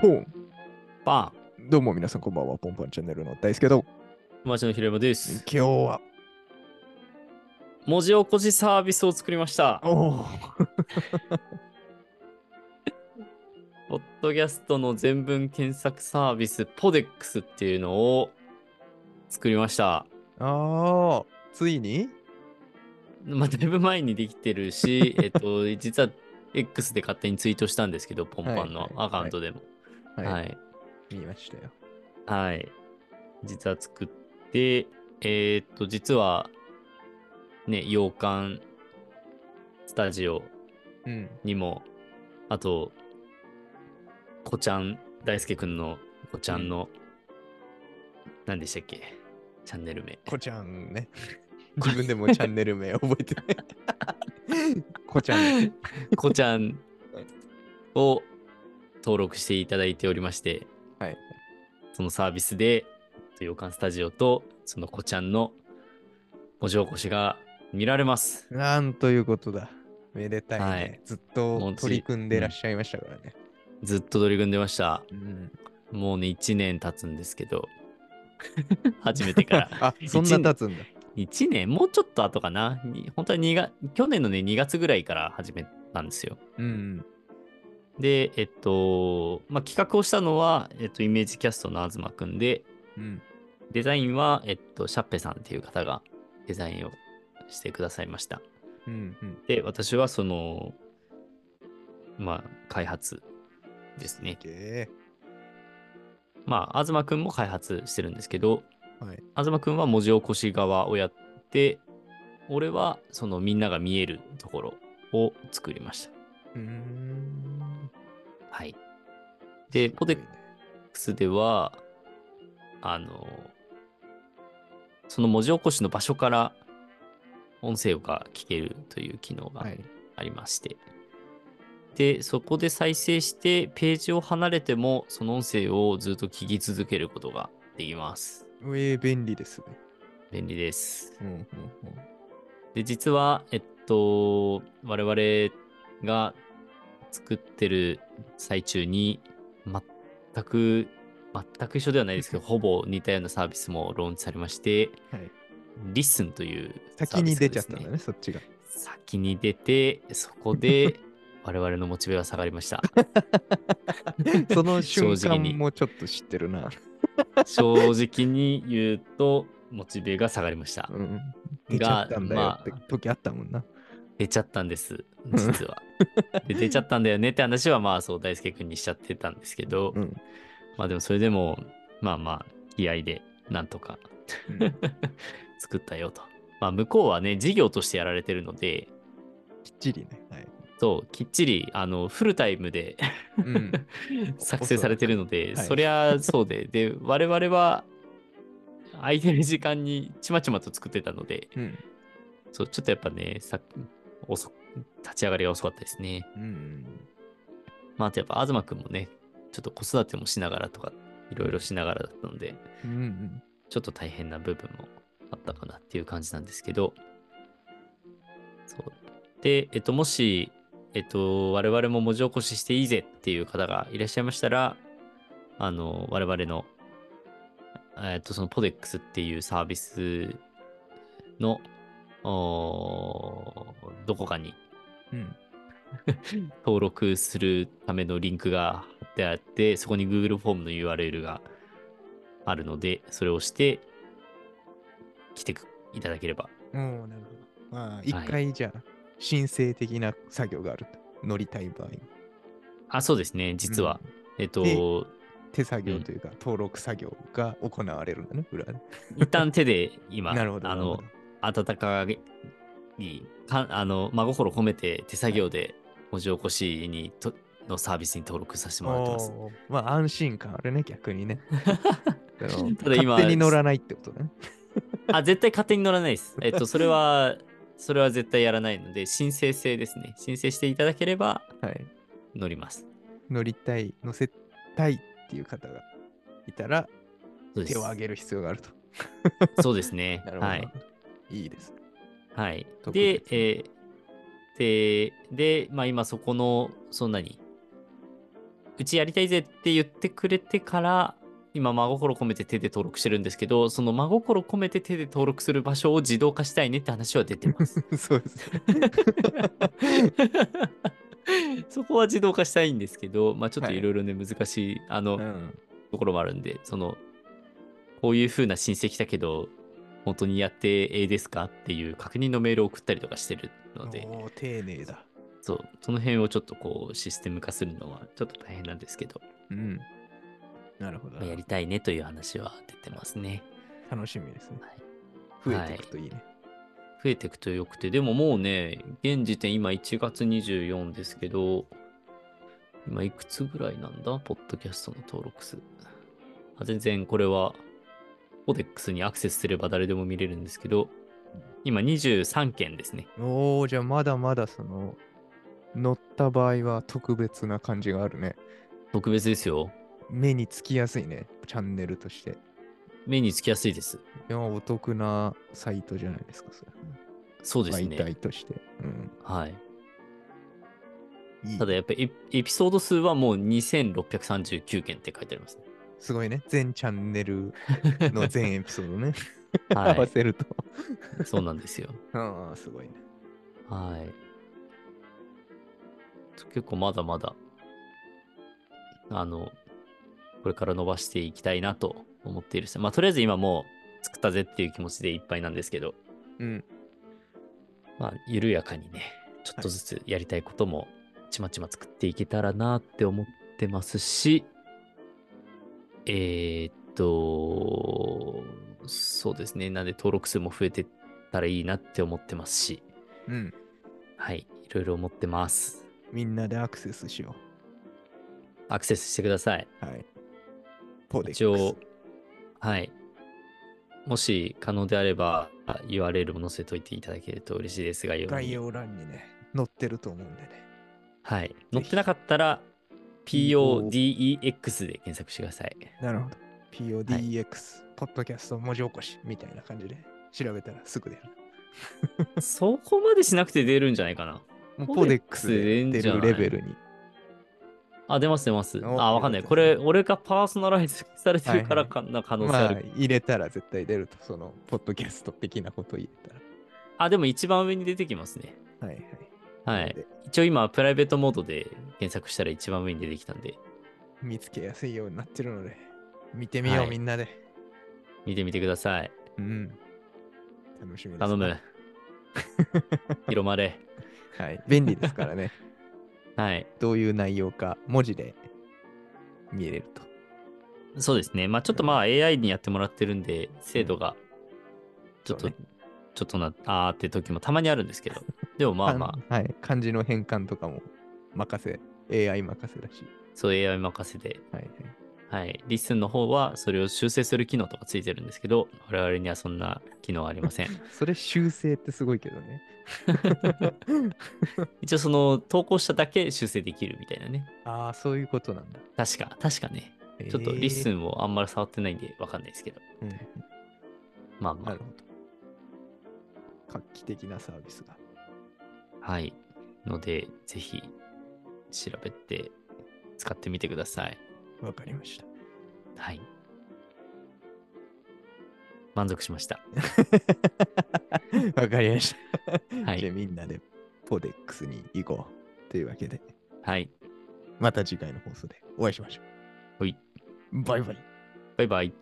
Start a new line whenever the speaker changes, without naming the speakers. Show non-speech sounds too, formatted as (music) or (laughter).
ほう
パン
どうも皆さんこんばんは、ポンポンチャンネルの大輔ど、
町のひろやまです
今日は、
文字起こしサービスを作りました
おー
ポッドキャストの全文検索サービスポデックスっていうのを作りました
あー、ついに
まあだいぶ前にできて
(laughs)
るしえっと実は X で勝手にツイートしたんですけどポンパン
は
の
いはい
アカウントでも
は
はい、はい
見ましたよ。
はい。実は作って、えーっと、実は、ね、洋館スタジオ
うん。
にも、あと、こちゃん、大輔くんのこちゃんの、何でしたっけチャンネ
(laughs)
ル名。
こちゃんね。自分でもチャンネル名覚えてない。 (laughs) こちゃんね。
こちゃんを登録していただいておりまして、
はい
そのサービスで、洋館スタジオと、そのこちゃんの文字起こしが見られます。
なんということだ。めでたいね。
はい
ずっと
もうつい
取り組んでらっしゃいましたからね。
ずっと取り組んでました。
うん。
もうね、1年経つんです
(laughs)
けど、初めてから。
あ、 (laughs) そんな経つんだ。
1年もうちょっと後かな。に本当は2月、去年のね、2月ぐらいから始めたんですよ。
うん。
で、えっと、まあ、企画をしたのは、えっと、イメージキャストの東くんで、
うん。
デザインは、えっと、シャッペさんっていう方がデザインをしてくださいました。
うん。うん。
で、私はその、まあ、開発ですね。
で、
まあ、東くんも開発してるんですけど、
はい
東くんは文字起こし側をやって、俺はそのみんなが見えるところを作りました。
うーん。
はい。で、ポテックスでは、あの、その文字起こしの場所から音声が聞けるという機能が
はい
ありまして、で、そこで再生して、ページを離れても、その音声をずっと聞き続けることができます。
うえー、便利ですね。
便利です。
うん。うん。
で、実は、えっと、我々が作ってる最中に、全く、全く一緒ではないですけど、ほぼ似たようなサービスもローンチされまして、
はい
リスンという
先に出ちゃったん
の
だね、そっ (laughs) ちが。
先に出て、そ
(laughs)
こで我々のモチベは下がりました。
その瞬
正直
間
に
もちょっと知ってるな。
正直に言うと、モチベが下がりました。
うん。出ちゃったんだよって
ま
時あったもんな。
出ちゃったんです、実
(laughs)
は。で出ちゃったんだよねって話は、まあ、そう、大輔君にしちゃってたんですけど、
うん。
まあでもそれでも、まあまあ、気合でなんとか (laughs) 作ったよと。まあ向こうはね、事業としてやられてるので、
きっちりね。はい。
そう、きっちり、あの、フルタイムで (laughs)
うん。
作成されてるので、
はい
そりゃそうで、で、我々は、空いてる時間にちまちまと作ってたので、
うん。
そう、ちょっとやっぱね、さ遅立ち上がりが遅かったですね。
うん。
まああとやっぱ東くんもね、ちょっと子育てもしながらとか、いろいろしながらだったので、
うん。
ちょっと大変な部分もあったかなっていう感じなんですけど。そうで、えっと、もし、えっと、我々も文字起こししていいぜっていう方がいらっしゃいましたら、あの、我々の、えっと、そのポデックスっていうサービスの、おーどこかに
うん。
登録するためのリンクが貼ってあって、そこに Google フォームの URL があるので、それを押して、来てくいただければ。
おーなるほど。まあ、一回じゃあ、申請的な作業があると。乗りたい場合。
あ、そうですね、実は。えっと、
手作業というか、登録作業が行われるんだね、裏で。
一旦
(laughs)
手で今、
なるほど。な
あ
るほ
の
ど、
温かい、かあの、真心込めて手作業で文字起こしにとのサービスに登録させてもらってます。
おーまあ、安心感あるね、逆に
(laughs)
ね。ただ
ただ今
勝手に乗らないってことね。
あ、絶対勝手に乗らないです。えっと、それは、それは絶対やらないので、申請制ですね。申請していただければ
はい。
乗ります。
乗りたい、乗せたいっていう方がいたら、
そうです
手を挙げる必要があると。
(laughs) そうですね
(laughs) な。るほど。
はい。
い、いですね。 (laughs)
はい。
特
で
別、
えーで、で、まあ今そこの、そんなに、うちやりたいぜって言ってくれてから、今、真心込めて手で登録してるんですけど、その真心込めて手で登録する場所を自動化したいねって話は出
(laughs)
てます。
そうです。
そこは自動化したいんですけど、まあちょっと
はい
いろいろね、難しい、あの、
うん。
ところもあるんで、その、こういう風な親戚だけど、本当にやってええですかっていう確認のメールを送ったりとかしてるので、
おー丁寧だ。
そう、その辺をちょっとこうシステム化するのはちょっと大変なんですけど、
うん。なるほど
まあ。やりたいねという話は出てますね。
楽しみですね。
はい
増えていくといいね。
増えていくとよくて、でももうね、現時点今1月24ですけど、今いくつぐらいなんだポッドキャストの登録数。あ全然これは、コデックスにアクセスすれば誰でも見れるんですけど、今23件ですね。
おおじゃあまだまだその、乗った場合は特別な感じがあるね。
特別ですよ。
目につきやすいね、チャンネルとして。い
目につきやすいです。
や、お得なサイトじゃないですか、それ。
そうです
媒
ね。
体として。うん。
はい。
いい
ただやっぱりエエピソード数はもう2639件って書いてありますね。
すごいね。全チャンネルの
(laughs)
全エピソードね。合
は
わせると。
い。そうなんですよ。
ああ、すごいね。
はい。結構まだまだ、あの、これから伸ばしていきたいなと思っているし、まあ、とりあえず今もう作ったぜっていう気持ちでいっぱいなんですけど、
うん。
まあ、緩やかにね、ちょっとずつやりたいことも、ちまちま作っていけたらなって思ってますし、えーっと、そうですね。なんで登録数も増えてったらいいなって思ってますし、
うん。
はい、いろいろ思ってます。
みんなでアクセスしよ
アクセスしてください。
う。はい。ポデックス。
一応、はい。もし可能であれば、あ URL も載せといていただけると嬉しいですが、ように
概要欄にね、載ってると思うんでね。
はい。載ってなかったら、PODEX で検索してください。
なるほど。PODX、ポッドキャスト文字起こしみたいな感じで調べたらすぐ出る。
(laughs) そこまでしなくて出るんじゃないかな。
もう
ポ
ポ
デ
デ
ッ
ッ
ク
ク
ス
ス
で出
で
ん
出
じゃない
るレベルに。
あ、出ます出ます。
お
あ、わかんない。
よか
こ
ったで
れ、
すね
俺がパーソナライズされてるから
はい
かな可能性あ
ま
る。
あ、入れたら絶対出ると、その、ポッドキャスト的なこと入れた
あ、でも一番上に出てきますね。
ら。はいはい。
はい
で。
一応今、プライベートモードで検索したら一番上に出てきたんで、
見つけやすいようになってるので、見てみよう、
はい
みんなで。
見てみてください。
うん。楽しみです。
頼む。 (laughs) 広まれ。
はい。便利ですから
(laughs)
ね。
はい。
どういう内容か、文字で見れると。
そうですね。まあちょっとまあ AI にやってもらってるんで、精度がちょっ
そ
と、
うね
ちょっとな、あーって時もたまにあるんですけ
(laughs)
ど、でもまあま
あ。
あ、
はい。漢字の変換とかも、任せ、AI 任せだし。
そう AI 任せで、
はいはい。
はい。リッスンの方はそれを修正する機能とかついてるんですけど、我々にはそんな機能はありません。
(laughs) それ、修正ってすごいけどね。
一応その投稿しただけ修正できるみたいなね。
ああ、そういうことなんだ。
確か、確かね。ちょっとリッス
ン。
ンをあんまり触ってないんでわかんないですけど、
うん
まあま
な
あ
る、ほど。画期的なサービスが。
はい。ので、ぜひ調べて使ってみてください。
わかりました。
はい。満足しました。
(laughs) わかりました。
はい
じゃあみんなでポデックスに行こう。というわけで、
はい。
また次回の放送でお会いしましょう。
はい。
バイバイ。
バイバイ。